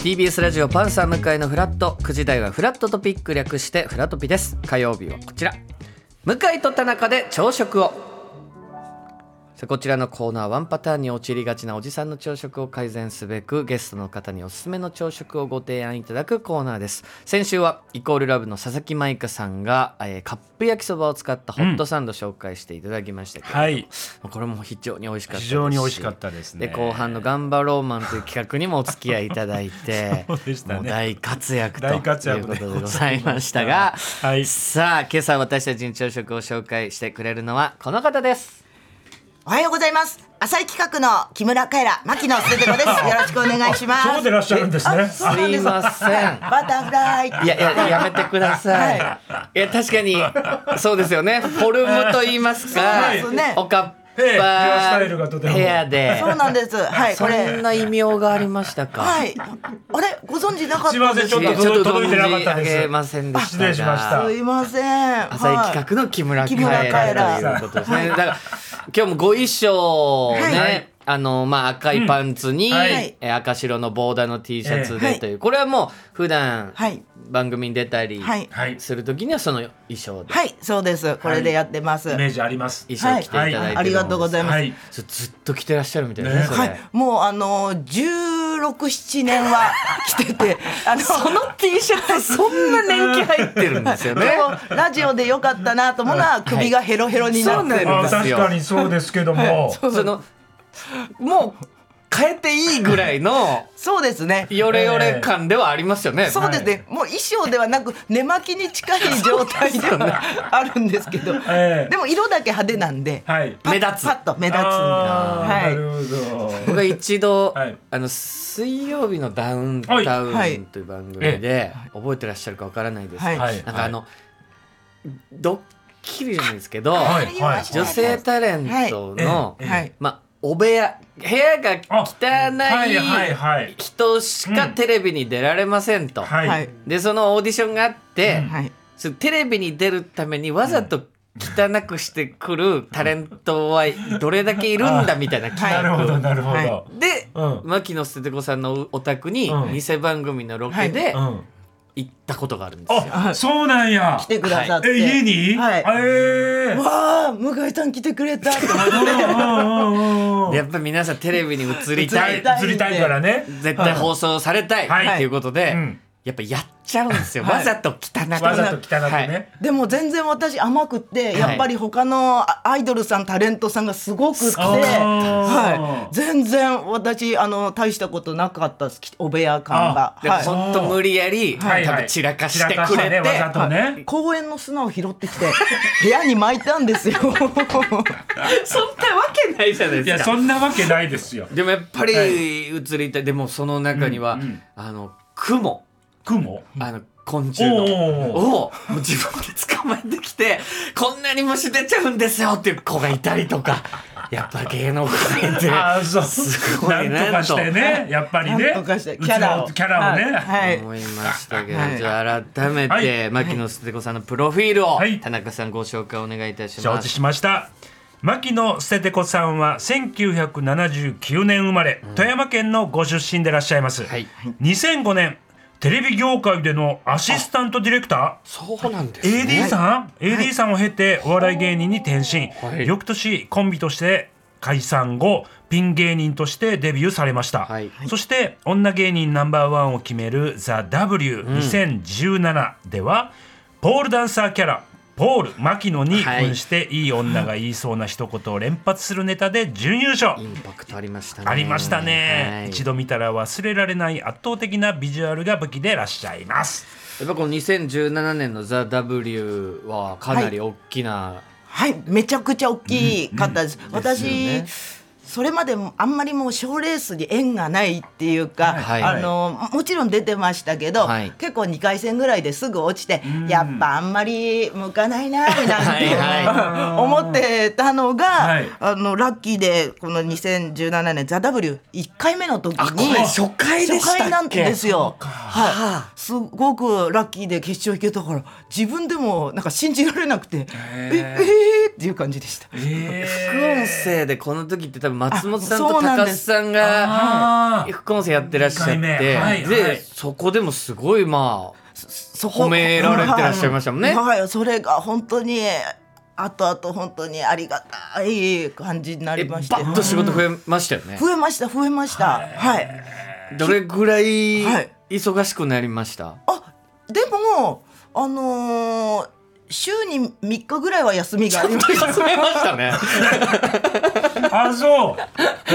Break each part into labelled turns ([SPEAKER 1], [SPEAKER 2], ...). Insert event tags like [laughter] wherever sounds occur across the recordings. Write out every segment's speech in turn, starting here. [SPEAKER 1] TBS ラジオパンサー向井のフラット9時台はフラットトピック略してフラトピです火曜日はこちら向井と田中で朝食をさあこちらのコーナーワンパターンに陥りがちなおじさんの朝食を改善すべくゲストの方におすすめの朝食をご提案いただくコーナーです先週はイコールラブの佐々木舞香さんが、えーカップ焼きそばを使ったホットサンド紹介していただきましたけど、
[SPEAKER 2] はい
[SPEAKER 1] これも非常に美味しかったです
[SPEAKER 2] 非
[SPEAKER 1] し
[SPEAKER 2] 常に美味しかったですね
[SPEAKER 1] で後半の「頑張ろうマン」という企画にもお付き合いいただいて
[SPEAKER 2] そうでしたね
[SPEAKER 1] もう大活躍と
[SPEAKER 2] 大活躍
[SPEAKER 1] いう
[SPEAKER 2] で
[SPEAKER 1] ことでございましたが、
[SPEAKER 2] はい
[SPEAKER 1] さあ今朝私たちに朝食を紹介してくれるのはこの方です。
[SPEAKER 3] おはようございます。浅井企画の木村カエラ、牧野ステテ
[SPEAKER 2] [laughs]
[SPEAKER 3] コです。よろしくお願いします。
[SPEAKER 2] そうでいらっしゃるんですね
[SPEAKER 3] そうなんです
[SPEAKER 1] いません
[SPEAKER 3] バタフライ。
[SPEAKER 1] いやいややめてください。い、や確かにそうですよね。フォルムと言いますか、
[SPEAKER 3] そうですね
[SPEAKER 1] おかっぱ
[SPEAKER 2] ええヘアスタイルがとても
[SPEAKER 1] 部屋で
[SPEAKER 3] そうなんです。はい、
[SPEAKER 1] そ
[SPEAKER 3] こ
[SPEAKER 1] ん
[SPEAKER 3] れ。
[SPEAKER 1] な異名がありましたか。
[SPEAKER 3] はい。あれ、ご存知なかっ
[SPEAKER 2] すいま
[SPEAKER 3] た
[SPEAKER 2] せん
[SPEAKER 3] です
[SPEAKER 2] ちょっと
[SPEAKER 1] ちょっと
[SPEAKER 2] 届いてなかった
[SPEAKER 1] 存じ上げ
[SPEAKER 2] です
[SPEAKER 1] ませんでしたが
[SPEAKER 2] 失礼しました
[SPEAKER 3] すいません。
[SPEAKER 1] 浅
[SPEAKER 3] はい
[SPEAKER 1] 企画の木村カエ
[SPEAKER 3] 木村カエ
[SPEAKER 1] ラ
[SPEAKER 3] ラ
[SPEAKER 1] ということですね。だから今日もご衣装をね、
[SPEAKER 3] はい
[SPEAKER 1] あのまあ赤いパンツに、
[SPEAKER 2] うんはい
[SPEAKER 1] えー赤白のボーダーの T シャツ
[SPEAKER 3] え
[SPEAKER 1] で
[SPEAKER 3] え
[SPEAKER 1] という、これはもう普段
[SPEAKER 3] はい
[SPEAKER 1] 番組に出たり
[SPEAKER 3] はい
[SPEAKER 2] はい
[SPEAKER 1] する時にはその衣装で
[SPEAKER 3] はい、そうです。これでやってます。
[SPEAKER 2] イ
[SPEAKER 3] は
[SPEAKER 2] メー
[SPEAKER 3] い。
[SPEAKER 2] ジあります
[SPEAKER 1] 衣装着ていただいてるものです、
[SPEAKER 2] はい
[SPEAKER 3] ありがとうございます。
[SPEAKER 2] はい
[SPEAKER 1] それずっと着てらっしゃるみたいなね
[SPEAKER 2] ね
[SPEAKER 1] それ、
[SPEAKER 3] はい、もうあの十六七年は来て
[SPEAKER 1] [laughs]
[SPEAKER 3] て、あのその T シャツ
[SPEAKER 1] そんな年季入ってるんですよね。
[SPEAKER 3] ラジオで良かったなと思うのは首がヘロヘロになって
[SPEAKER 1] はいそう
[SPEAKER 3] る。
[SPEAKER 1] なん
[SPEAKER 2] あ
[SPEAKER 1] ですよ
[SPEAKER 2] 確かにそうですけども
[SPEAKER 1] [laughs] そのもう変えていいぐらいの
[SPEAKER 3] そうですね。
[SPEAKER 1] ヨレヨレ感ではありますよね。
[SPEAKER 3] [laughs] そうですね、もう衣装ではなく寝巻きに近い状態ではあるんですけど、
[SPEAKER 2] [laughs] ええ
[SPEAKER 3] でも色だけ派手なんで、
[SPEAKER 2] はい
[SPEAKER 3] パッ
[SPEAKER 1] 目立つ
[SPEAKER 3] パッと目立つんで、
[SPEAKER 2] あー
[SPEAKER 3] はい
[SPEAKER 2] なるほど
[SPEAKER 1] 僕が一度、
[SPEAKER 2] はい
[SPEAKER 1] あの水曜日のダウンタウ
[SPEAKER 3] はい
[SPEAKER 1] ンという番組で、覚えてらっしゃるかわからないですけど、
[SPEAKER 3] はい
[SPEAKER 1] なんかあの、ドッキリじゃないですけど、
[SPEAKER 2] はい
[SPEAKER 3] はい
[SPEAKER 1] 女性タレントの、
[SPEAKER 2] ええ
[SPEAKER 3] はい、
[SPEAKER 1] まあお部屋部屋が汚
[SPEAKER 2] はいはい
[SPEAKER 1] い
[SPEAKER 2] はい
[SPEAKER 1] 人しか
[SPEAKER 2] うん
[SPEAKER 1] テレビに出られませんと、
[SPEAKER 2] はい
[SPEAKER 3] はい
[SPEAKER 1] でそのオーディションがあって、
[SPEAKER 3] はい、
[SPEAKER 1] そのテレビに出るためにわざと汚くしてくるタレントはどれだけいるんだみたいな企
[SPEAKER 2] なるほど
[SPEAKER 1] 画
[SPEAKER 2] なるほど、
[SPEAKER 3] はい
[SPEAKER 1] で、
[SPEAKER 2] うん
[SPEAKER 1] [laughs] 牧野捨て子さんのお宅に
[SPEAKER 2] うん
[SPEAKER 1] 偽番組のロケで
[SPEAKER 2] うん
[SPEAKER 1] 行ったことがあるんですよ。
[SPEAKER 2] あそうなんや
[SPEAKER 3] 来てくださって、
[SPEAKER 2] え家に
[SPEAKER 3] はい
[SPEAKER 2] ええ
[SPEAKER 3] わあ向井さん来てく
[SPEAKER 2] [laughs]
[SPEAKER 3] れたと思って
[SPEAKER 2] うんうんうんうん
[SPEAKER 1] [laughs] でやっぱり皆さんテレビに映りたい
[SPEAKER 3] 映りたい
[SPEAKER 2] 釣りたいからね
[SPEAKER 1] 絶対放送されたい、
[SPEAKER 2] はい
[SPEAKER 1] っていうことで、
[SPEAKER 2] うん
[SPEAKER 1] やっぱやっちゃうんですよ、
[SPEAKER 3] はい
[SPEAKER 1] わざと汚く
[SPEAKER 2] わざと汚くね、
[SPEAKER 1] はい
[SPEAKER 3] でも全然私甘くって、
[SPEAKER 1] い
[SPEAKER 3] やっぱり他のあアイドルさんタレントさんがすごくって、
[SPEAKER 2] そう
[SPEAKER 3] はい、全然私あの大したことなかったですきお部屋感が。
[SPEAKER 1] で
[SPEAKER 3] はい
[SPEAKER 1] 本当無理やり、
[SPEAKER 2] はい
[SPEAKER 1] 多
[SPEAKER 2] はい
[SPEAKER 1] 分散らかしてくれて
[SPEAKER 2] 散らかねわざとね、
[SPEAKER 3] 公園の砂を拾って
[SPEAKER 2] [laughs]
[SPEAKER 3] きて部屋に巻いたんですよ。
[SPEAKER 1] そんなわけないじゃない
[SPEAKER 2] い
[SPEAKER 1] で
[SPEAKER 2] や
[SPEAKER 1] すか
[SPEAKER 2] そんなわけないですよ
[SPEAKER 1] でもやっぱり
[SPEAKER 2] はい
[SPEAKER 1] 映りたいでもその中には、
[SPEAKER 2] うんうん
[SPEAKER 1] あの雲
[SPEAKER 2] 雲
[SPEAKER 1] あの昆虫の
[SPEAKER 2] おうおうお
[SPEAKER 1] をもう自分で捕まえてきてこんなに虫出ちゃうんですよっていう子がいたりとか [laughs] やっぱ芸能界って
[SPEAKER 2] あーそう
[SPEAKER 1] すごい
[SPEAKER 2] なんと
[SPEAKER 1] な
[SPEAKER 2] かし
[SPEAKER 1] と
[SPEAKER 2] てねやっぱりね
[SPEAKER 3] なんとかしてキャラを
[SPEAKER 2] うちのキャラをね、
[SPEAKER 3] はい
[SPEAKER 1] 思いましたけど、
[SPEAKER 3] はい
[SPEAKER 1] じゃあ改めて、
[SPEAKER 2] はい
[SPEAKER 1] 牧野捨て子さんのプロフィールを、
[SPEAKER 2] はい
[SPEAKER 1] 田中さんご紹介お願いいたし
[SPEAKER 2] 承
[SPEAKER 1] ま
[SPEAKER 2] 知
[SPEAKER 1] す。
[SPEAKER 2] しました牧野捨て子さんは1979年生まれ、富山県のご出身でいらっしゃいます、
[SPEAKER 1] はい
[SPEAKER 2] 2005年テレビ業界でのアシスタントディレクター
[SPEAKER 1] そうなんです、ね。
[SPEAKER 2] AD さん、AD さんを経てお笑い芸人に転身、
[SPEAKER 1] はい
[SPEAKER 2] 翌年コンビとして解散後ピン芸人としてデビューされました、
[SPEAKER 1] はい
[SPEAKER 2] そして女芸人ナンバーワンを決める「ザ・ w 2 0 1 7では、ポールダンサーキャラポール牧野に
[SPEAKER 1] はい
[SPEAKER 2] 扮していい女が言いそうな一言を連発するネタで準優勝、
[SPEAKER 1] インパクトありましたね。
[SPEAKER 2] ありましたね、
[SPEAKER 1] はい
[SPEAKER 2] 一度見たら忘れられない圧倒的なビジュアルが武器でいらっしゃいます
[SPEAKER 1] やっぱこの2017年の「ザ・ w はかなり大きな、
[SPEAKER 3] はい、めちゃくちゃ大きい方です。私
[SPEAKER 1] ね
[SPEAKER 3] それまでもあんまりもう賞ーレースに縁がないっていうか、
[SPEAKER 1] はい
[SPEAKER 3] あのもちろん出てましたけど、
[SPEAKER 1] はい
[SPEAKER 3] 結構2回戦ぐらいですぐ落ちて、やっぱあんまり向かないなみたいな
[SPEAKER 1] はいは
[SPEAKER 3] [laughs] 思ってたのが、
[SPEAKER 2] はい
[SPEAKER 3] あのラッキーでこの2017年「ザ・ w 1回目の時
[SPEAKER 1] あこ
[SPEAKER 3] に
[SPEAKER 1] れ初回でしたっけ
[SPEAKER 3] 初回なんですよ。はい、すごくラッキーで決勝行けたから自分でもなんか信じられなくて「ええー、っていう感じでした。
[SPEAKER 2] え
[SPEAKER 1] 副音生でこの時って多分松本さん
[SPEAKER 3] あそ
[SPEAKER 1] と
[SPEAKER 3] うなん
[SPEAKER 1] 高須
[SPEAKER 3] です
[SPEAKER 1] さんが
[SPEAKER 2] あー
[SPEAKER 1] 副コン生やってらっしゃって、
[SPEAKER 2] 二回目はい
[SPEAKER 1] で、
[SPEAKER 2] はい
[SPEAKER 1] そこでもすごいまあ [laughs]
[SPEAKER 3] そ
[SPEAKER 1] 褒められてらっしゃいましたもんね
[SPEAKER 3] はいはい、それが本当に後々本当にありがたい感じにな
[SPEAKER 1] え
[SPEAKER 3] り
[SPEAKER 1] バ
[SPEAKER 3] まして
[SPEAKER 1] ッと仕事増えましたよね、
[SPEAKER 3] 増えました増えましたはい
[SPEAKER 1] どれぐらい
[SPEAKER 3] はい
[SPEAKER 1] 忙しくなりました、
[SPEAKER 3] あでもあのー週に3日ぐらいは休みがありま
[SPEAKER 1] ちょっ
[SPEAKER 3] す
[SPEAKER 1] と休めましたね
[SPEAKER 2] あそう
[SPEAKER 1] 一
[SPEAKER 2] え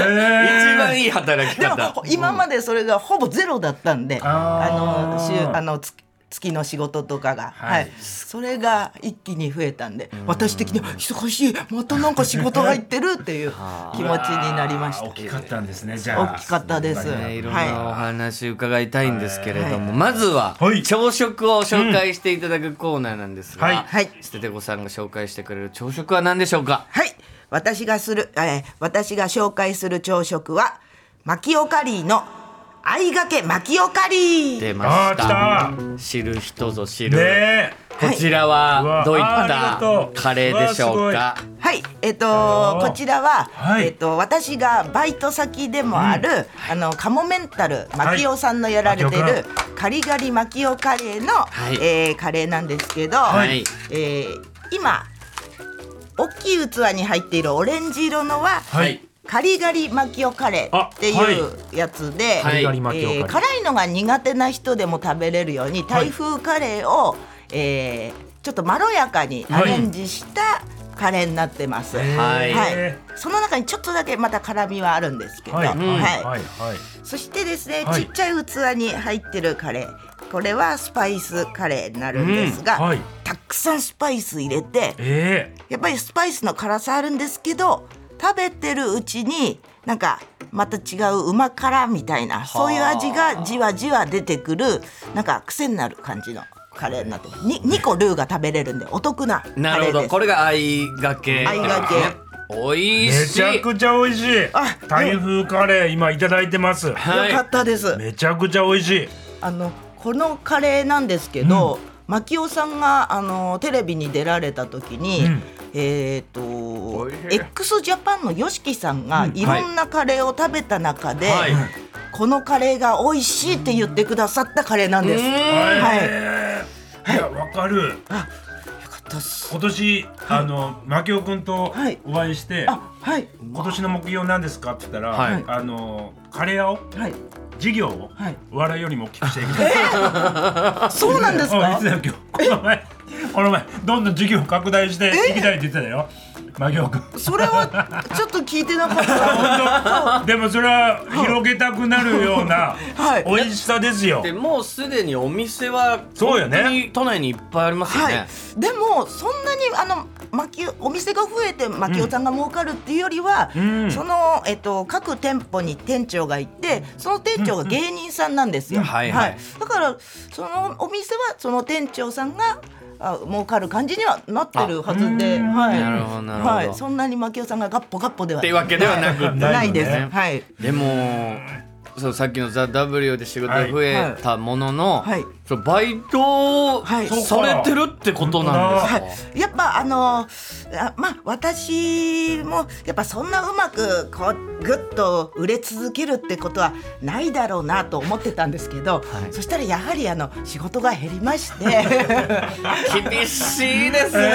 [SPEAKER 2] ー
[SPEAKER 1] 番いい働き
[SPEAKER 3] でも
[SPEAKER 1] 方
[SPEAKER 3] 今までそれがほぼゼロだったんで、
[SPEAKER 2] あ
[SPEAKER 3] あの
[SPEAKER 2] ー
[SPEAKER 3] 週あの月月の仕事とかが、
[SPEAKER 2] は
[SPEAKER 3] はいいそれが一気に増えたんで私的には忙しいまたなんか仕事入ってるっていう気持ちになりまし
[SPEAKER 2] うわー大
[SPEAKER 3] た。
[SPEAKER 2] きかったんですねじゃあ
[SPEAKER 3] 大きかったです。は
[SPEAKER 1] ね、いろんなお
[SPEAKER 3] い。
[SPEAKER 1] 話伺いたいんですけれども、
[SPEAKER 3] は
[SPEAKER 1] まずは
[SPEAKER 2] はい
[SPEAKER 1] 朝食を紹介していただくコーナーなんですが、
[SPEAKER 2] はい
[SPEAKER 3] はい
[SPEAKER 1] ステテコさんが紹介してくれる朝食は何でしょうか
[SPEAKER 3] はい。私がする、えー私が紹介する朝食はマキオカリーの愛がけマキオカリー。
[SPEAKER 1] 出ました
[SPEAKER 2] あー
[SPEAKER 1] 知る人ぞ知る、
[SPEAKER 2] ねえ
[SPEAKER 1] こちらはどういっ
[SPEAKER 2] はいあーありが
[SPEAKER 1] た
[SPEAKER 2] とう
[SPEAKER 1] カレーでしょう
[SPEAKER 2] うわ
[SPEAKER 1] か
[SPEAKER 3] はい。えっ、
[SPEAKER 2] あ
[SPEAKER 3] と
[SPEAKER 2] ー
[SPEAKER 3] こちらは、
[SPEAKER 2] はい
[SPEAKER 3] えっ、と私がバイト先でもある、あのカモメンタルマキオさんのやられてる、
[SPEAKER 2] はいマキ
[SPEAKER 3] カリガリマキオカレーの、
[SPEAKER 1] い
[SPEAKER 3] えーカレーなんですけど、
[SPEAKER 1] はい
[SPEAKER 3] えー今大きい器に入っているオレンジ色のは、
[SPEAKER 2] はい
[SPEAKER 3] カリガリマキオカレーって
[SPEAKER 2] あはい
[SPEAKER 3] いうやつで、
[SPEAKER 1] カリガリ
[SPEAKER 2] マキオカレー
[SPEAKER 3] えー辛いのが苦手な人でも食べれるようにタイ風カレーを、えーちょっとまろやかにアレンジしたカレーになってます。はい
[SPEAKER 1] はい
[SPEAKER 3] その中にちょっとだけまた辛みはあるんですけど、
[SPEAKER 2] はいはい
[SPEAKER 3] はい
[SPEAKER 2] はいはい
[SPEAKER 3] そしてですね、
[SPEAKER 2] はい
[SPEAKER 3] ちっちゃい器に入ってるカレーこれはスパイスカレーになるんですが、
[SPEAKER 2] うんはい
[SPEAKER 3] たくさんスパイス入れて
[SPEAKER 2] ええ
[SPEAKER 3] やっぱりスパイスの辛さあるんですけど食べてるうちになんかまた違ううま辛みたいなそういう味がじわじわ出てくるなんか癖になる感じのカレーになってますに2個ルーが食べれるんでお得なカレーです
[SPEAKER 1] なるほどこれが愛がけ
[SPEAKER 3] 愛がけ
[SPEAKER 1] おい
[SPEAKER 2] め
[SPEAKER 1] しい
[SPEAKER 2] ちゃくちゃ美味しい
[SPEAKER 3] あ
[SPEAKER 2] 台風カレー今いただいてます
[SPEAKER 1] はい
[SPEAKER 3] よかったです
[SPEAKER 2] めちゃくちゃ美味しい
[SPEAKER 3] あのこのカレーなんですけど、マキオさんがあのテレビに出られた時に、
[SPEAKER 2] うん
[SPEAKER 3] えっ、
[SPEAKER 1] お
[SPEAKER 3] と
[SPEAKER 1] いしい
[SPEAKER 3] x ジャパンの YOSHIKI さんがいろんなカレーを食べた中で、
[SPEAKER 1] はい
[SPEAKER 3] このカレーが美味しいって言ってくださったカレーなんです。
[SPEAKER 1] うん
[SPEAKER 3] はい、よ
[SPEAKER 2] いいやわかる
[SPEAKER 3] かったっす。
[SPEAKER 2] 今年あのマキオくんと
[SPEAKER 3] はい
[SPEAKER 2] お会いして
[SPEAKER 3] あ、はい、
[SPEAKER 2] 今年の目標なんですかって言った
[SPEAKER 1] は
[SPEAKER 2] ら
[SPEAKER 1] い
[SPEAKER 2] あのカレー屋を
[SPEAKER 3] はい、
[SPEAKER 2] 事業を
[SPEAKER 3] はい
[SPEAKER 2] 笑いよりも大きくしていきたい
[SPEAKER 3] あそうなんです
[SPEAKER 2] あい
[SPEAKER 3] か
[SPEAKER 2] つ。だよ今日この前この前どんどん事業を拡大していきたいって言ってたよマキオくん
[SPEAKER 3] それはちょっと聞いてなかっ
[SPEAKER 2] [laughs]
[SPEAKER 3] た。
[SPEAKER 2] でもそれは広げたくなるような
[SPEAKER 3] [laughs] はい
[SPEAKER 2] 美味しさですよ。
[SPEAKER 1] でもうすでにお店は
[SPEAKER 2] そうよね
[SPEAKER 1] 本当に都内にいっぱいありますよ
[SPEAKER 3] は
[SPEAKER 1] ね、
[SPEAKER 3] い、でもそんなにあのマキオお店が増えてマキオさんが儲かるっていうよりは、
[SPEAKER 2] ん
[SPEAKER 3] その、えっと、各店舗に店長がいてその店長が芸人さんなんですよ。
[SPEAKER 1] うんはいはい
[SPEAKER 3] だからそのお店はその店長さんがあ儲かる感じにはなってるはずで、はい、
[SPEAKER 1] なるほどなるほど
[SPEAKER 3] はい、そんなにマキオさんがガッポガッポでは
[SPEAKER 1] っていうわけではなくて
[SPEAKER 2] く
[SPEAKER 3] ないです。
[SPEAKER 2] ないのね
[SPEAKER 3] はい
[SPEAKER 1] でもそうさっきの「ザ・ w で仕事が増えたものの、
[SPEAKER 3] はいはい
[SPEAKER 1] そうバイトを
[SPEAKER 3] はい
[SPEAKER 1] されてるってことなん
[SPEAKER 2] は
[SPEAKER 1] ですか、
[SPEAKER 3] やっぱあのあまあ私もやっぱそんなうまくこうぐっと売れ続けるってことはないだろうなと思ってたんですけど、
[SPEAKER 1] はい
[SPEAKER 3] そしたらやはりあの仕事が減りまして
[SPEAKER 1] [laughs] 厳しいです
[SPEAKER 2] え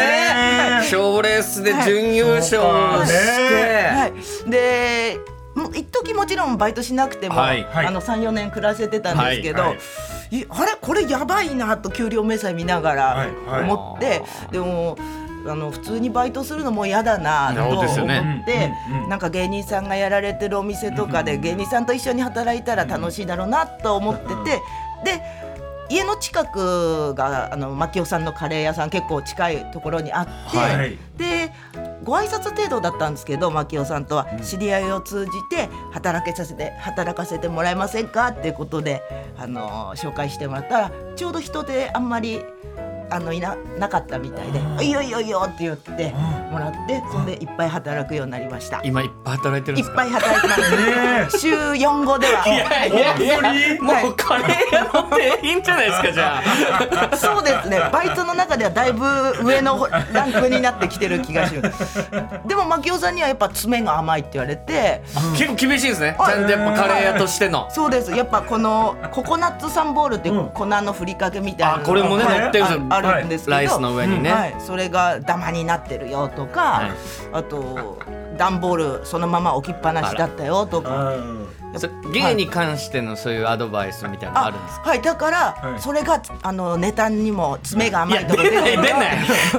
[SPEAKER 1] ね
[SPEAKER 2] ー
[SPEAKER 1] 賞、レースで準優勝
[SPEAKER 2] はい
[SPEAKER 1] して、
[SPEAKER 3] はい、でもう一時もちろんバイトしなくても、
[SPEAKER 1] はい
[SPEAKER 2] はい
[SPEAKER 3] あの34年暮らせてたんですけど、
[SPEAKER 2] はいはい
[SPEAKER 3] いあれこれやばいなと給料明細見なが
[SPEAKER 2] は
[SPEAKER 3] ら
[SPEAKER 2] いはい
[SPEAKER 3] 思って、でもあの普通にバイトするのも嫌だな
[SPEAKER 1] そ
[SPEAKER 3] と
[SPEAKER 1] う
[SPEAKER 3] 思
[SPEAKER 1] で
[SPEAKER 3] っ
[SPEAKER 1] す
[SPEAKER 3] て、
[SPEAKER 1] よね
[SPEAKER 2] うんうん
[SPEAKER 3] なんか芸人さんがやられてるお店とかで芸人さんと一緒に働いたら楽しいだろうなと思ってて、で家の近くがあの牧雄さんのカレー屋さん結構近いところにあって、
[SPEAKER 2] はい
[SPEAKER 3] でご挨拶程度だったんですけど牧雄さんとは知り合いを通じて働けさせて働かせてもらえませんかっていうことであの紹介してもらったらちょうど人手あんまりあのいななかったみたいで「いいよいいよいいよ」って言ってもらってそれでいっぱい働くようになりました。い
[SPEAKER 1] 今いっぱい働いてるんで
[SPEAKER 3] っ
[SPEAKER 1] すか
[SPEAKER 3] ぱい働いてます。週4号では。
[SPEAKER 1] いやいやいや
[SPEAKER 3] はい
[SPEAKER 1] もうカレー屋の店員じゃないですかじゃあ
[SPEAKER 3] そうですね。バイトの中ではだいぶ上のランクになってきてる気がします。でも牧雄さんにはやっぱ爪が甘いって言われて、
[SPEAKER 1] 結構厳しいですねちゃんとやっぱカレー屋としての
[SPEAKER 3] そうです。やっぱこ
[SPEAKER 1] [laughs]
[SPEAKER 3] のココナッツサンボールってい
[SPEAKER 2] うん
[SPEAKER 3] う粉のふりかけみたいなの
[SPEAKER 1] あこれもね
[SPEAKER 3] はい
[SPEAKER 2] 乗
[SPEAKER 1] ってるんですよ
[SPEAKER 3] ああるんですけど、
[SPEAKER 1] ライスの上にね、
[SPEAKER 3] はい、それがダマになってるよとか、
[SPEAKER 1] い
[SPEAKER 3] あと段ボールそのまま置きっぱなしだったよとか。
[SPEAKER 1] そ芸に関してのそういうアドバイスみたいなのあるんですか
[SPEAKER 3] はいだから、
[SPEAKER 2] はい
[SPEAKER 3] それがあのネタにも爪が甘いとか
[SPEAKER 1] 出ない出ない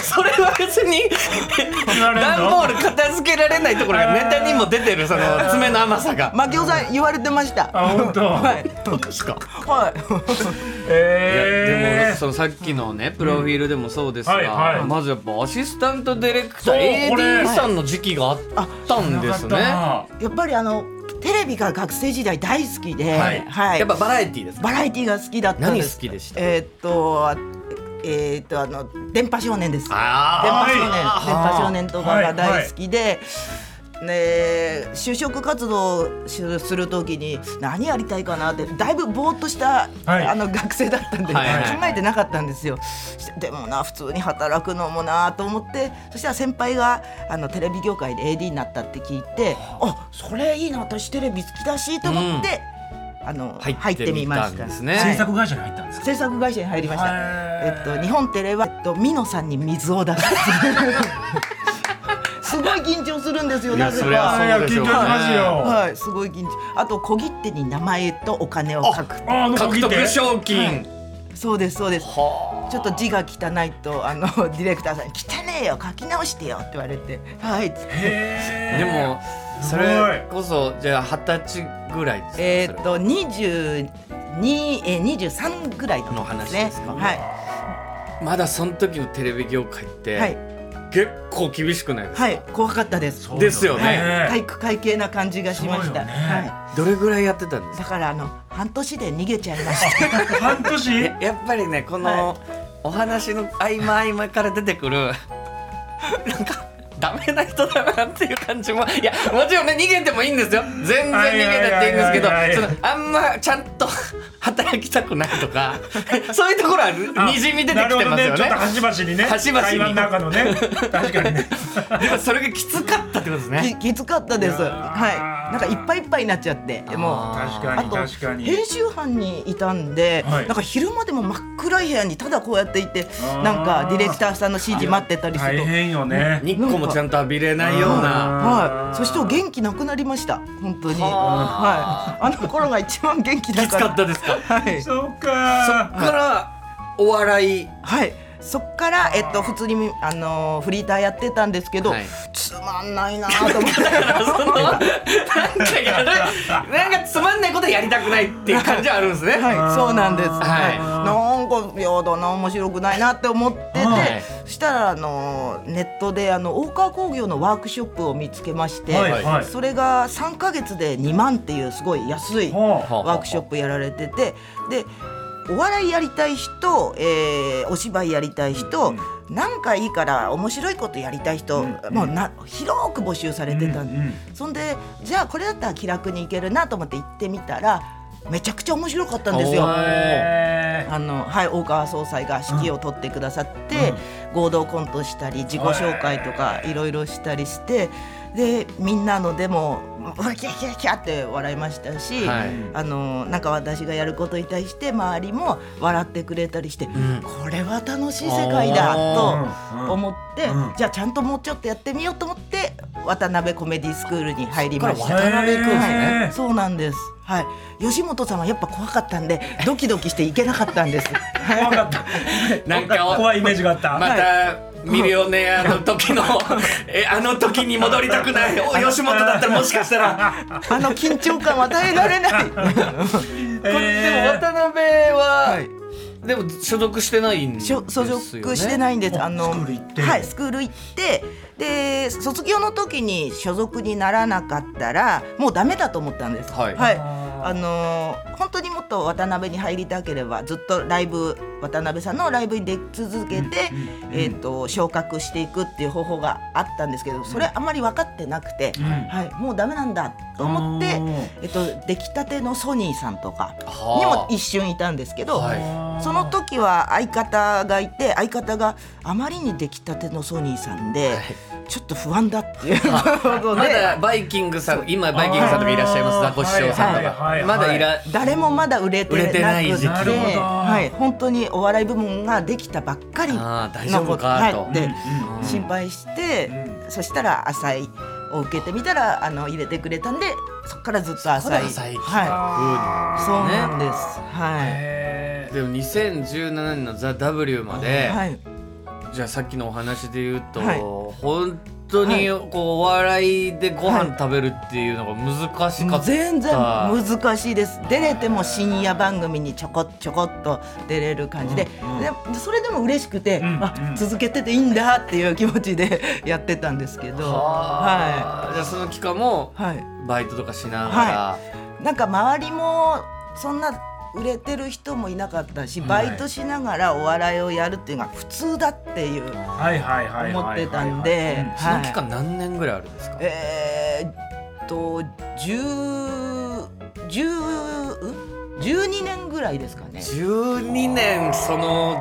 [SPEAKER 1] それは別に
[SPEAKER 2] られんの
[SPEAKER 1] 段ボール片付けられないところがネタにも出てるその爪の甘さが
[SPEAKER 3] マキオさん言われてました。
[SPEAKER 2] あ本当
[SPEAKER 3] はい。
[SPEAKER 1] どうですか
[SPEAKER 3] はい。 [laughs]
[SPEAKER 1] いやで
[SPEAKER 2] え
[SPEAKER 1] もそのさっきのねプロフィールでもそうですが、
[SPEAKER 2] はいはい
[SPEAKER 1] まずやっぱアシスタントディレクタ
[SPEAKER 2] そう
[SPEAKER 1] ー
[SPEAKER 2] これ
[SPEAKER 1] AD さんの時期があったんですね。
[SPEAKER 3] やっぱりあのテレビが学生時代大好きで、
[SPEAKER 1] はい、やっぱ
[SPEAKER 3] バ
[SPEAKER 1] バラエティーですか。
[SPEAKER 3] ラエティが好きだったん
[SPEAKER 1] 何
[SPEAKER 3] で
[SPEAKER 1] 好
[SPEAKER 3] す。
[SPEAKER 1] きでした。
[SPEAKER 3] えーっとあえーっとあの電波少年です。電
[SPEAKER 1] あ
[SPEAKER 3] 波少年、電
[SPEAKER 2] は
[SPEAKER 3] 波少年とかが大好きで。ね、就職活動をしするときに何やりたいかなってだいぶぼーっとした、
[SPEAKER 2] はい
[SPEAKER 3] あの学生だったんで、
[SPEAKER 1] はいはい
[SPEAKER 3] 考えてなかったんですよ。してでもな普通に働くのもなと思ってそしたら先輩があのテレビ業界で AD になったって聞いてあそれいいな私テレビ好きだしと思って、あの
[SPEAKER 1] 入
[SPEAKER 3] 入
[SPEAKER 1] っ
[SPEAKER 3] ってて
[SPEAKER 1] み
[SPEAKER 3] み
[SPEAKER 1] た
[SPEAKER 3] ま
[SPEAKER 1] ん
[SPEAKER 3] し
[SPEAKER 1] で
[SPEAKER 3] た。
[SPEAKER 1] すね
[SPEAKER 2] 制
[SPEAKER 3] はい
[SPEAKER 2] 作会社に入ったんですか
[SPEAKER 3] 制作会社に入りました。
[SPEAKER 2] へ
[SPEAKER 3] え
[SPEAKER 2] ー
[SPEAKER 3] っと日本テレはえっとミノさんに水を出す。
[SPEAKER 2] [laughs]
[SPEAKER 3] すごい緊張するんですよ。
[SPEAKER 1] いや
[SPEAKER 3] なぜ
[SPEAKER 1] そりゃ
[SPEAKER 3] か。
[SPEAKER 1] そうでしょうね。
[SPEAKER 2] いや緊張しますよ
[SPEAKER 3] はい、すごい緊張。あと小切手に名前とお金を書く。
[SPEAKER 2] あの
[SPEAKER 1] 獲得賞金。
[SPEAKER 3] そうですそうです。
[SPEAKER 1] は
[SPEAKER 3] ちょっと字が汚いとあの [laughs] ディレクターさんに「汚ねえよ書き直してよ」って言われて「はい」っつって
[SPEAKER 1] あ。でもそ
[SPEAKER 2] すごい
[SPEAKER 1] れこそじゃあ二十歳ぐらいですか。
[SPEAKER 3] え
[SPEAKER 1] それ
[SPEAKER 3] ーっと22えー23ぐらいの
[SPEAKER 1] の
[SPEAKER 3] 時
[SPEAKER 1] 話
[SPEAKER 3] ね
[SPEAKER 1] ですか
[SPEAKER 3] は
[SPEAKER 1] まだその時のテレビ業界っ
[SPEAKER 3] い
[SPEAKER 1] て、
[SPEAKER 3] はい
[SPEAKER 1] 結構厳しくないですか。
[SPEAKER 3] はい怖かったです
[SPEAKER 1] うですよね
[SPEAKER 3] はい、体育会系な感じがしま
[SPEAKER 2] そ
[SPEAKER 3] し
[SPEAKER 2] うよ
[SPEAKER 3] た、
[SPEAKER 2] ね
[SPEAKER 3] は
[SPEAKER 1] どれぐらいやってたんで
[SPEAKER 3] い、
[SPEAKER 1] すか。
[SPEAKER 3] だからあの半年で逃げちゃい
[SPEAKER 2] [laughs]
[SPEAKER 3] ました
[SPEAKER 2] 半年
[SPEAKER 1] えやっぱりねこの、
[SPEAKER 3] は
[SPEAKER 1] お話の合間合間から出てくる [laughs] なんかダメな人だなっていう感じもいやもちろんね逃げてもいいんですよ全然逃げたっていいんですけど
[SPEAKER 2] はいはいはいはい
[SPEAKER 1] そのあんまちゃんと [laughs] 働きたくないとか [laughs] そういうところはにじみ出てきてますよ
[SPEAKER 2] なるほどねちょ
[SPEAKER 1] ね
[SPEAKER 2] っと端々にね
[SPEAKER 1] 端々に
[SPEAKER 2] 会話の中のね確かにね
[SPEAKER 1] でも [laughs] それがきつかったってことですね
[SPEAKER 3] ききつかったです
[SPEAKER 2] いやー
[SPEAKER 3] はいなんかいっぱいいっぱいになっちゃってもう
[SPEAKER 1] あー
[SPEAKER 2] 確か
[SPEAKER 3] あ
[SPEAKER 2] に
[SPEAKER 3] と
[SPEAKER 2] 確かに
[SPEAKER 3] 編集班にいたんで、
[SPEAKER 2] はい
[SPEAKER 3] なんか昼間でも真っ暗い部屋にただこうやっていて
[SPEAKER 2] ー
[SPEAKER 3] なんかディレクターさんの指示待ってたりす
[SPEAKER 2] 大
[SPEAKER 3] ると、
[SPEAKER 2] 変よね
[SPEAKER 1] 日光もちゃんと浴びれないような
[SPEAKER 3] はい、そして元気なくなりました本当に
[SPEAKER 1] は
[SPEAKER 3] はいあの頃が一番元気だ
[SPEAKER 1] きつ
[SPEAKER 3] から
[SPEAKER 1] かったですか
[SPEAKER 3] はい
[SPEAKER 2] そう
[SPEAKER 1] そ
[SPEAKER 2] か
[SPEAKER 1] っからお笑い
[SPEAKER 3] はい、そっから、えっと、普通に、あのーフリーターやってたんですけど、
[SPEAKER 1] はい
[SPEAKER 3] つまんないなーと思って。
[SPEAKER 1] そのなんかやるなんかつまんないことやりたくないっていう感じはあるんですね。
[SPEAKER 3] はい、そうなんです。
[SPEAKER 1] は
[SPEAKER 3] はいい、なんか平等な面白くないなって思ってて、
[SPEAKER 1] はい
[SPEAKER 3] そしたらあのネットであの大川工業のワークショップを見つけまして、
[SPEAKER 2] はいはい
[SPEAKER 3] それが3ヶ月で2万っていうすごい安い
[SPEAKER 2] ほう
[SPEAKER 3] ワークショップやられててでお笑いやりたい人、えーお芝居やりたい人、なんかいいから面白いことやりたい人、もうな広く募集されてたんで、
[SPEAKER 2] うんうん
[SPEAKER 3] そんでじゃあこれだったら気楽に行けるなと思って行ってみたらめちゃくちゃ面白かったんですよ。
[SPEAKER 1] おー
[SPEAKER 2] へー
[SPEAKER 3] あのはい、大川総裁が指揮を取ってくださって、合同コントしたり自己紹介とかいろいろしたりしてでみんなのでも「うわキャキャキャ」って笑いましたし、
[SPEAKER 1] はい
[SPEAKER 3] あのなんか私がやることに対して周りも笑ってくれたりして、これは楽しい世界だ
[SPEAKER 2] うんうん
[SPEAKER 3] と思って、
[SPEAKER 2] うん
[SPEAKER 3] じゃあちゃんともうちょっとやってみようと思って渡辺コメディスクールに入りまし
[SPEAKER 1] そっから
[SPEAKER 3] た。
[SPEAKER 1] 渡辺君ですね
[SPEAKER 2] へー
[SPEAKER 3] そうなんです。はい。吉本様やっぱ怖かったんで、ドキドキしていけなかったんです。はい
[SPEAKER 2] 怖かった
[SPEAKER 1] なんかお
[SPEAKER 2] 怖いイメージがあった、
[SPEAKER 1] また。ミリオネアの時のえあの時に戻りたくないお吉本だったらもしかしたら
[SPEAKER 3] あの緊張感は耐えられない。
[SPEAKER 1] これでも渡辺は、
[SPEAKER 3] はい
[SPEAKER 1] でも所属してないんです
[SPEAKER 3] 所
[SPEAKER 1] よ、ね、
[SPEAKER 3] 所属してないんです。あの
[SPEAKER 2] スクール行って
[SPEAKER 3] はい、スクール行って、で卒業の時に所属にならなかったらもうダメだと思ったんです。
[SPEAKER 1] はい
[SPEAKER 3] はい。
[SPEAKER 1] はあ
[SPEAKER 3] あのー本当にもっと渡辺に入りたければずっとライブ渡辺さんのライブに出続けて、えー、と昇格していくっていう方法があったんですけどそれあまり分かってなくて、はい、もうダメなんだと思って
[SPEAKER 2] おー、
[SPEAKER 3] えっと出来たてのソニーさんとか
[SPEAKER 1] はあ
[SPEAKER 3] にも一瞬いたんですけど、
[SPEAKER 1] はい
[SPEAKER 3] その時は相方がいて相方があまりに出来たてのソニーさんで、ちょっと不安だっていうこと
[SPEAKER 1] ま
[SPEAKER 3] で
[SPEAKER 1] だバイキングさん今バイキングさんとかいらっしゃいます
[SPEAKER 2] あー
[SPEAKER 1] ザコシショウさんとか、
[SPEAKER 2] はいはいはい
[SPEAKER 1] まだいら
[SPEAKER 3] 誰もまだ売れて
[SPEAKER 1] 売れてない
[SPEAKER 3] なくて
[SPEAKER 1] 時期
[SPEAKER 2] なるほど
[SPEAKER 3] はい、本当にお笑い部門ができたばっかり
[SPEAKER 1] あー大
[SPEAKER 3] の
[SPEAKER 1] 丈夫
[SPEAKER 3] こと
[SPEAKER 1] かと
[SPEAKER 3] はい、で、
[SPEAKER 2] うん
[SPEAKER 1] うん
[SPEAKER 3] 心配して、そしたら浅井を受けてみたらあの入れてくれたんでそこからずっと浅井
[SPEAKER 1] そっから浅井あー
[SPEAKER 3] はい、そうなんです、は
[SPEAKER 2] へ
[SPEAKER 1] でも2017年の「ザ・ w ま
[SPEAKER 3] い、
[SPEAKER 1] で、
[SPEAKER 3] はい、
[SPEAKER 1] じゃあさっきのお話で言うと、
[SPEAKER 3] はい
[SPEAKER 1] 本当にこうお笑いでご飯食べるっていうのが難しかった、
[SPEAKER 3] 全然難しいです出れても深夜番組にちょこちょこっと出れる感じで,で、それでも嬉しくて、
[SPEAKER 2] ん
[SPEAKER 3] あ
[SPEAKER 2] うん
[SPEAKER 3] 続けてていいんだっていう気持ちで [laughs] やってたんですけどは
[SPEAKER 1] はあじゃあその期間も
[SPEAKER 3] い、はい、
[SPEAKER 1] バイトとかしながら、
[SPEAKER 3] はなんか周りもそんな売れてる人もいなかったしバイトしながらお笑いをやるっていうのが普通だっていう
[SPEAKER 2] ーはいはいはいはいはい
[SPEAKER 3] 思ってたんで、
[SPEAKER 1] その
[SPEAKER 3] はい
[SPEAKER 1] 期間何年ぐらいあるんですか、
[SPEAKER 3] えーっと10 10ん12年ぐらいですかね。
[SPEAKER 1] 12年その、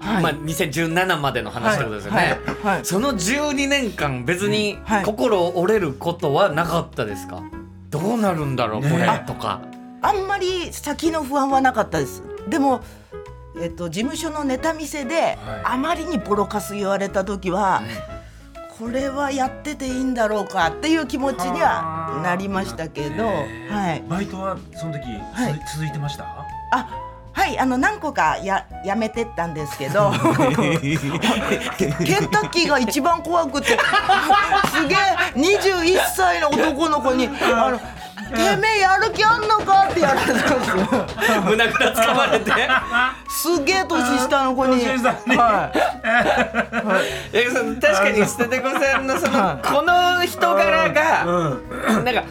[SPEAKER 3] はい
[SPEAKER 1] まあ、2017までの話ってことですよね、
[SPEAKER 3] はいはい
[SPEAKER 1] その12年間別に
[SPEAKER 3] はい
[SPEAKER 1] 心折れることはなかったですかどうなるんだろうこ
[SPEAKER 2] ねえ
[SPEAKER 1] れ
[SPEAKER 2] あ
[SPEAKER 1] と
[SPEAKER 3] [laughs]
[SPEAKER 1] か
[SPEAKER 3] あんまり先の不安はなかったです。でも、えっと、事務所のネタ見せで、あまりにボロカス言われた時は、これはやってていいんだろうかっていう気持ちにはなりましたけど、
[SPEAKER 2] へー
[SPEAKER 3] はい、
[SPEAKER 2] バイトはその時、
[SPEAKER 3] はい
[SPEAKER 2] つ続いてました
[SPEAKER 3] あはいあの何個かややめてったんですけ [laughs] どケンタッキーが一番怖くて [laughs] すげえ21歳の男の子に「あ [laughs] のてめえやる気あんのか?」ってやられたんですよ。
[SPEAKER 1] 胸ぐらつかまれて
[SPEAKER 3] すげえ年下の子に。
[SPEAKER 2] 年下に
[SPEAKER 3] はい。
[SPEAKER 1] いやその確かにステテコさんのそのこの人柄が
[SPEAKER 2] うん
[SPEAKER 1] なんか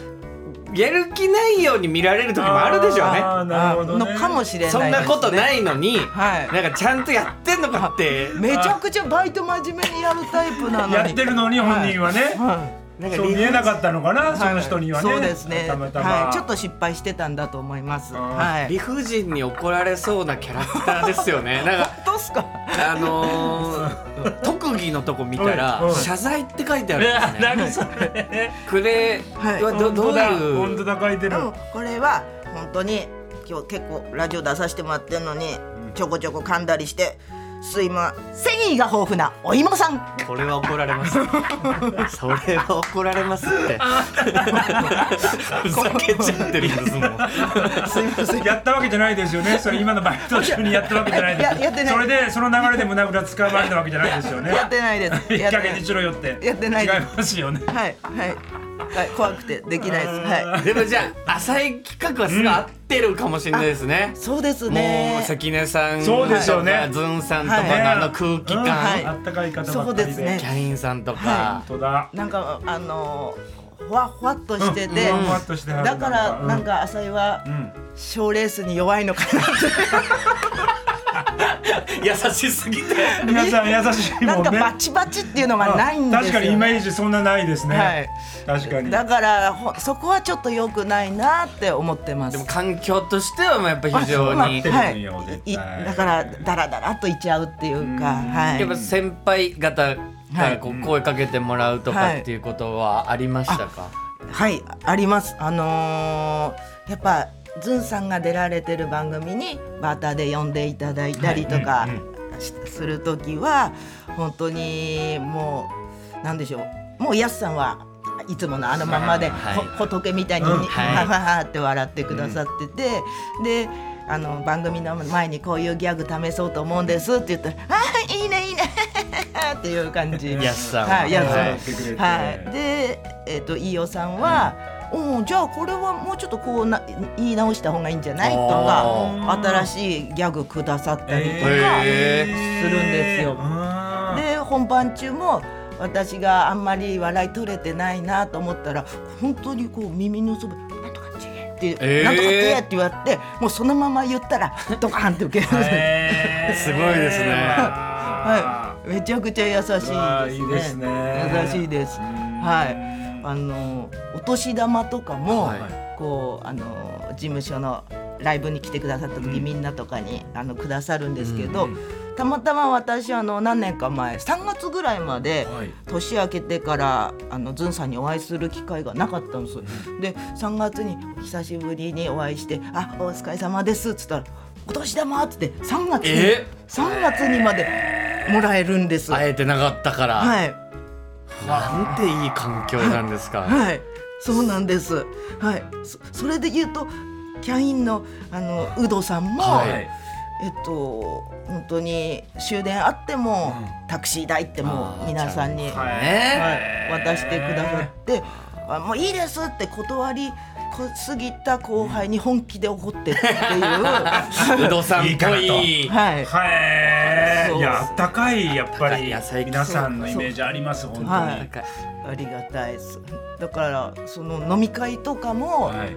[SPEAKER 1] やる気ないように見られる時もあるでしょうね
[SPEAKER 2] あーなるほどね
[SPEAKER 3] のかもしれないです
[SPEAKER 1] そ
[SPEAKER 3] ね。
[SPEAKER 1] んなことないのに、
[SPEAKER 3] はい
[SPEAKER 1] なんかちゃんとやってんのかって
[SPEAKER 3] めちゃくちゃバイト真面目にやるタイプなのに。
[SPEAKER 2] やってるのに本人はね、
[SPEAKER 3] はい。
[SPEAKER 1] なんか
[SPEAKER 2] そう見えなかったのかな、
[SPEAKER 3] はい
[SPEAKER 2] その人にはね
[SPEAKER 3] そうですね。
[SPEAKER 2] たまたま、
[SPEAKER 3] はい。ちょっと失敗してたんだと思います。
[SPEAKER 2] あー
[SPEAKER 3] はい。
[SPEAKER 1] 理不尽に怒られそうなキャラクターですよねなんか
[SPEAKER 3] どうっすか。
[SPEAKER 1] あのー、特技のとこ見た
[SPEAKER 2] うんう
[SPEAKER 1] ら
[SPEAKER 2] ん
[SPEAKER 1] 謝罪って書いてあ
[SPEAKER 2] い
[SPEAKER 1] るん
[SPEAKER 2] や
[SPEAKER 1] ですね
[SPEAKER 2] [laughs] 何それ
[SPEAKER 1] クレ
[SPEAKER 3] はい
[SPEAKER 1] はどどう
[SPEAKER 2] 本
[SPEAKER 1] い
[SPEAKER 2] 当
[SPEAKER 1] う
[SPEAKER 2] だ書いてる
[SPEAKER 3] でもこれは本当に今日結構ラジオ出させてもらってるのにちょこちょこ噛んだりして。すいま繊維が豊富なお芋さん
[SPEAKER 1] これは怒られ
[SPEAKER 3] [laughs]
[SPEAKER 1] ますそれは怒られますってふざけちゃってるんですもん
[SPEAKER 3] すいません
[SPEAKER 2] やったわけじゃないですよねそれ今のバイト中にやったわけじゃないです
[SPEAKER 3] いややってない
[SPEAKER 2] それでその流れで胸ぐらつかまれたわけじゃないですよね
[SPEAKER 3] やってないで
[SPEAKER 2] [laughs]
[SPEAKER 3] す
[SPEAKER 2] いい
[SPEAKER 3] やって
[SPEAKER 2] 加
[SPEAKER 3] ない
[SPEAKER 2] 減にしろよって
[SPEAKER 3] やってない
[SPEAKER 2] 違いますよね
[SPEAKER 3] はいはい、はい、怖くてできないです。はい。
[SPEAKER 1] でもじゃあ浅い企画はすごい合ってるかもしれないですね、
[SPEAKER 3] そうです
[SPEAKER 1] もう
[SPEAKER 3] ね。
[SPEAKER 1] 関根さん
[SPEAKER 2] そうですよ
[SPEAKER 1] と
[SPEAKER 2] ね
[SPEAKER 1] かずんさんと
[SPEAKER 3] はい
[SPEAKER 1] かのあの空気
[SPEAKER 2] う
[SPEAKER 1] 感、
[SPEAKER 2] ん
[SPEAKER 3] はい
[SPEAKER 2] あったかい方ば
[SPEAKER 3] そ
[SPEAKER 2] っ
[SPEAKER 3] う
[SPEAKER 2] か
[SPEAKER 3] で
[SPEAKER 2] り
[SPEAKER 3] す
[SPEAKER 2] で
[SPEAKER 3] ね
[SPEAKER 1] キャインさんとか、
[SPEAKER 3] は
[SPEAKER 2] 本当だ
[SPEAKER 3] なんかあのー、ほわほわっとしてて、
[SPEAKER 2] うんふわっとしてはる
[SPEAKER 3] だからなんか浅井は
[SPEAKER 2] ん
[SPEAKER 3] 賞、レースに弱いのかなって。
[SPEAKER 1] 優しすぎて
[SPEAKER 2] 皆さん優しい [laughs]
[SPEAKER 3] な
[SPEAKER 2] も
[SPEAKER 3] ん
[SPEAKER 2] ん
[SPEAKER 3] か
[SPEAKER 2] ね
[SPEAKER 3] バチバチっていうのがないんですよ、ね。
[SPEAKER 2] 確かにイメージそんなないですね、
[SPEAKER 3] はい
[SPEAKER 2] 確かに
[SPEAKER 3] だからほそこはちょっと良くないなって思ってます
[SPEAKER 1] でも。環境としてはまあやっぱ非常
[SPEAKER 2] あそうな
[SPEAKER 1] に
[SPEAKER 2] んだ
[SPEAKER 3] は
[SPEAKER 2] てるんよ絶
[SPEAKER 3] い、
[SPEAKER 2] 対
[SPEAKER 3] いだからダラダラっといっちゃうっていうか、はい。
[SPEAKER 1] やっぱ先輩方がこ
[SPEAKER 2] は
[SPEAKER 1] う
[SPEAKER 2] い
[SPEAKER 1] 声かけてもらうと
[SPEAKER 3] は
[SPEAKER 1] か
[SPEAKER 3] い
[SPEAKER 1] っていうことはありましたか、
[SPEAKER 3] はいありますあのーやっぱずんさんが出られてる番組にバーターで呼んでいただいたりとかしする時は本当にもうなんでしょうもうやすさんはいつものあのまんまで、
[SPEAKER 1] はい
[SPEAKER 3] ほ仏みたいに、
[SPEAKER 2] うん
[SPEAKER 1] は
[SPEAKER 3] はいははって笑ってくださってて、であの番組の前にこういうギャグ試そうと思うんですって言ったら「あーいいねいいね」っていう感じ。
[SPEAKER 1] やすさんは
[SPEAKER 3] はい、やすさん
[SPEAKER 1] はい
[SPEAKER 2] ってくれて
[SPEAKER 3] はい、で、えっ、と、飯尾さんは。うん、じゃあこれはもうちょっとこうな言い直した方がいいんじゃないと
[SPEAKER 1] あ
[SPEAKER 3] か新しいギャグくださったりとか、
[SPEAKER 1] へ
[SPEAKER 3] するんですよ
[SPEAKER 2] うん
[SPEAKER 3] で本番中も私があんまり笑い取れてないなと思ったら本当にこう耳のそば「なんとかちげえっていう、
[SPEAKER 1] えー
[SPEAKER 3] なんとかってやって言われてもうそのまま言ったらドカーンって受けられる、
[SPEAKER 1] [laughs]
[SPEAKER 2] へー
[SPEAKER 1] すごいですね
[SPEAKER 2] わ
[SPEAKER 3] はい、めちゃくちゃ優しいで
[SPEAKER 2] う
[SPEAKER 3] す
[SPEAKER 2] わいい
[SPEAKER 3] ね。
[SPEAKER 2] ですね
[SPEAKER 3] 優しいです。はい、あのお年玉とかも、
[SPEAKER 1] はい
[SPEAKER 3] こうあの事務所のライブに来てくださった時、みんなとかにあのくださるんですけど、たまたま私あの何年か前3月ぐらいまで、
[SPEAKER 2] はい
[SPEAKER 3] 年明けてからあのズンさんにお会いする機会がなかったんです。で3月に久しぶりにお会いして「あお疲れ様です」っつったら「お年玉」っつって3月に
[SPEAKER 1] え
[SPEAKER 3] 3月にまでもらえるんです。は
[SPEAKER 1] 会
[SPEAKER 3] い
[SPEAKER 1] えてなかったから、
[SPEAKER 3] は
[SPEAKER 1] なんていい環境なんですか、
[SPEAKER 3] いそうなんです。はいそそれで言うとキャインのあのウドさんも、
[SPEAKER 1] はい
[SPEAKER 2] はい
[SPEAKER 3] えっと本当に終電あっても、タクシー代っても
[SPEAKER 1] あー
[SPEAKER 3] う皆さんに。
[SPEAKER 1] ね
[SPEAKER 3] はい、渡してくださって「あもういいです」って断りこすぎた後輩に本気で怒ってっていうは
[SPEAKER 1] うどさんっぽい
[SPEAKER 2] い
[SPEAKER 3] い、
[SPEAKER 2] はい
[SPEAKER 3] そう
[SPEAKER 2] いやあったかいやっぱり
[SPEAKER 1] あったかい
[SPEAKER 2] 皆さんのイメージあります本当に
[SPEAKER 3] はありがたいですだからその飲み会とかも
[SPEAKER 2] はい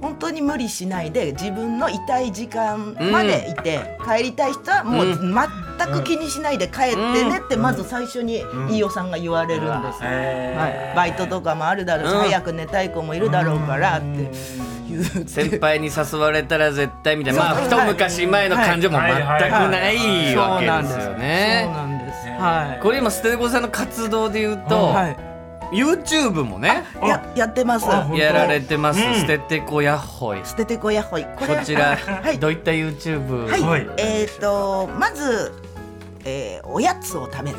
[SPEAKER 3] 本当に無理しないで自分のいたい時間までいて、帰りたい人はもう
[SPEAKER 1] う
[SPEAKER 3] 全く気にしないで帰ってねってまず最初に飯尾さんが言われるんです、
[SPEAKER 2] えー
[SPEAKER 3] はい、バイトとかもあるだろうし、
[SPEAKER 1] うん
[SPEAKER 3] 早く寝たい子もいるだろうからって言うて
[SPEAKER 1] 先輩に誘われたら絶対みたいなまあ
[SPEAKER 3] そう
[SPEAKER 1] 一昔前の感情も全くないわ
[SPEAKER 3] そう
[SPEAKER 1] け
[SPEAKER 3] なん
[SPEAKER 1] ですよ
[SPEAKER 3] そう
[SPEAKER 1] ね。
[SPEAKER 3] なんです。はい。
[SPEAKER 1] これ今ステレコさんの活動で言うと、
[SPEAKER 3] は
[SPEAKER 1] YouTube もね
[SPEAKER 3] い。ややってます。
[SPEAKER 2] あ
[SPEAKER 1] やられてます、
[SPEAKER 2] うん
[SPEAKER 1] ステテコヤッホイ。こ
[SPEAKER 3] 捨ててこやほい。こ
[SPEAKER 1] ちら、
[SPEAKER 3] はい。
[SPEAKER 1] どういった YouTube、
[SPEAKER 3] はい。
[SPEAKER 2] はい
[SPEAKER 3] えっ、とまず、えー、おやつを食べる。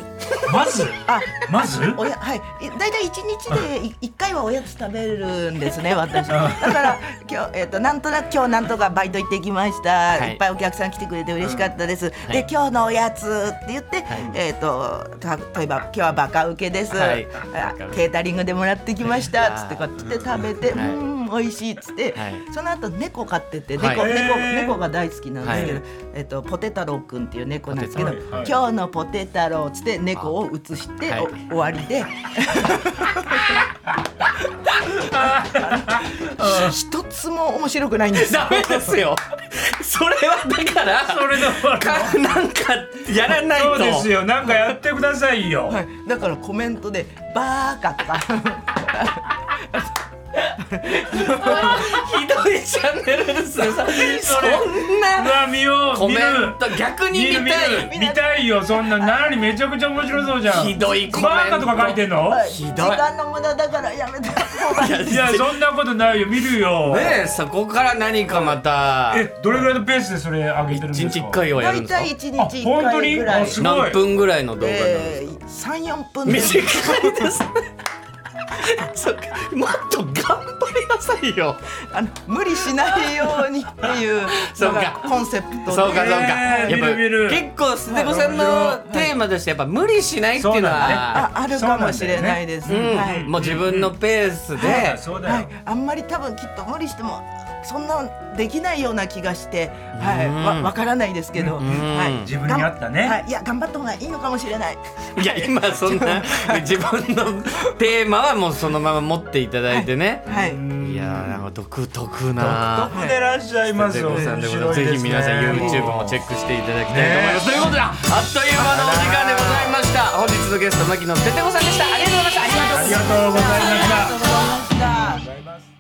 [SPEAKER 2] まず
[SPEAKER 3] あ。
[SPEAKER 2] まず
[SPEAKER 3] おやはい、いだいたい一
[SPEAKER 1] [laughs]
[SPEAKER 3] 日でい一回はおやつ食べるんですね、私。だから、今日、えっ、と、なんとなく、今日なんとかバイト行ってきました。
[SPEAKER 1] はい
[SPEAKER 3] い、っぱいお客さん来てくれて嬉しかったです。
[SPEAKER 1] んは
[SPEAKER 3] で
[SPEAKER 1] い、
[SPEAKER 3] 今日のおやつって言って、
[SPEAKER 1] い
[SPEAKER 3] えっ、と、た例えば、今日はバカウケです、
[SPEAKER 1] はい
[SPEAKER 3] あケータリングでもらってきまし
[SPEAKER 1] [laughs] あー
[SPEAKER 3] た。つって、こうやって食べて、
[SPEAKER 1] はいう
[SPEAKER 3] ーん、美味しいっつって、
[SPEAKER 1] はい
[SPEAKER 3] その後、猫飼ってて、
[SPEAKER 1] は
[SPEAKER 3] 猫、
[SPEAKER 1] い
[SPEAKER 3] 猫、
[SPEAKER 2] へー
[SPEAKER 3] 猫が大好きなんですけど。
[SPEAKER 1] はい
[SPEAKER 3] えっ、と、ポテ太郎くんっていう猫なんですけど、
[SPEAKER 2] ポテ太郎はい
[SPEAKER 3] 今日のポテ太郎っつって、猫を移して、
[SPEAKER 1] はい
[SPEAKER 3] お終わり
[SPEAKER 1] [laughs]
[SPEAKER 3] で。一つも面白くないんですよ
[SPEAKER 1] ダメですよ。それはだから、
[SPEAKER 2] それで終わるの
[SPEAKER 1] かなんかやらないと。
[SPEAKER 2] そうですよなんかやってくださいよ、
[SPEAKER 3] はい、だからコメントで「バーカ」とか
[SPEAKER 1] ひどいチャンネルですね。そ
[SPEAKER 2] それ
[SPEAKER 1] んな
[SPEAKER 2] うわ見よう
[SPEAKER 1] コメ
[SPEAKER 2] 見る
[SPEAKER 1] ント逆に見たい。
[SPEAKER 2] 見る見たいよそんな何めちゃくちゃ面白そうじゃん
[SPEAKER 1] ひどいコメント
[SPEAKER 2] バーカとか書いてんの、
[SPEAKER 3] はい
[SPEAKER 1] ひどい
[SPEAKER 3] 時間の無駄だからやめた方がいい
[SPEAKER 2] い、やそんなことないよ見るよ、
[SPEAKER 1] ねえそこから何かまた
[SPEAKER 2] えどれぐらいのペースでそれ上げてるんです
[SPEAKER 1] 一
[SPEAKER 2] か
[SPEAKER 1] 日一回はやるん
[SPEAKER 3] 大
[SPEAKER 1] ですか
[SPEAKER 3] 体。一
[SPEAKER 2] あ
[SPEAKER 3] 日一
[SPEAKER 2] 本当
[SPEAKER 3] 回
[SPEAKER 2] に
[SPEAKER 3] ぐら
[SPEAKER 2] あ
[SPEAKER 3] い
[SPEAKER 2] すごい
[SPEAKER 1] 何分ぐらいの動画なんです
[SPEAKER 3] で34分
[SPEAKER 1] か。
[SPEAKER 3] で
[SPEAKER 1] 短いですね。そっかもっと頑張りなさいよ。
[SPEAKER 3] あの無理しないようにっていう
[SPEAKER 1] [laughs] そう
[SPEAKER 3] の
[SPEAKER 1] か
[SPEAKER 3] がコンセプトで
[SPEAKER 1] そうかそうか。
[SPEAKER 2] えー
[SPEAKER 1] やっぱ
[SPEAKER 2] 見る見る
[SPEAKER 1] 結構ステコさんのテーマとしてやっぱ無理しないっていうの
[SPEAKER 2] そうだね
[SPEAKER 1] は
[SPEAKER 3] あ。あるかもしれないです、
[SPEAKER 1] うん
[SPEAKER 3] はい、
[SPEAKER 1] もう自分のペース
[SPEAKER 2] そうだ
[SPEAKER 1] で
[SPEAKER 2] よ、そうだ
[SPEAKER 3] は
[SPEAKER 2] よ
[SPEAKER 3] い、あんまり多分きっと無理してもそんなできないような気がして、はい、わわからないですけど、はい、
[SPEAKER 2] 自分に合ったね
[SPEAKER 3] はい、いや頑張った方がいいのかもしれない。
[SPEAKER 1] いや今そん [laughs] な自分のテーマはもうそのまま持っていただいてね、
[SPEAKER 3] はい、
[SPEAKER 1] い、やーなんか独特な
[SPEAKER 2] 僕でいらっしゃいます
[SPEAKER 1] ステ
[SPEAKER 2] よ、
[SPEAKER 1] ゴさんでござい
[SPEAKER 2] 面
[SPEAKER 1] ま
[SPEAKER 2] 白
[SPEAKER 1] す
[SPEAKER 2] いですね
[SPEAKER 1] ぜひ皆さん YouTube もチェックしていただきたいと思います、
[SPEAKER 2] ね
[SPEAKER 1] ということであっという間のお時間でございました本日のゲスト牧野ステテコさんでしたありがとうございましたありがとうございました
[SPEAKER 2] ありがとうございました
[SPEAKER 3] ありがとうございまし
[SPEAKER 2] ご
[SPEAKER 3] た。
[SPEAKER 2] ざいます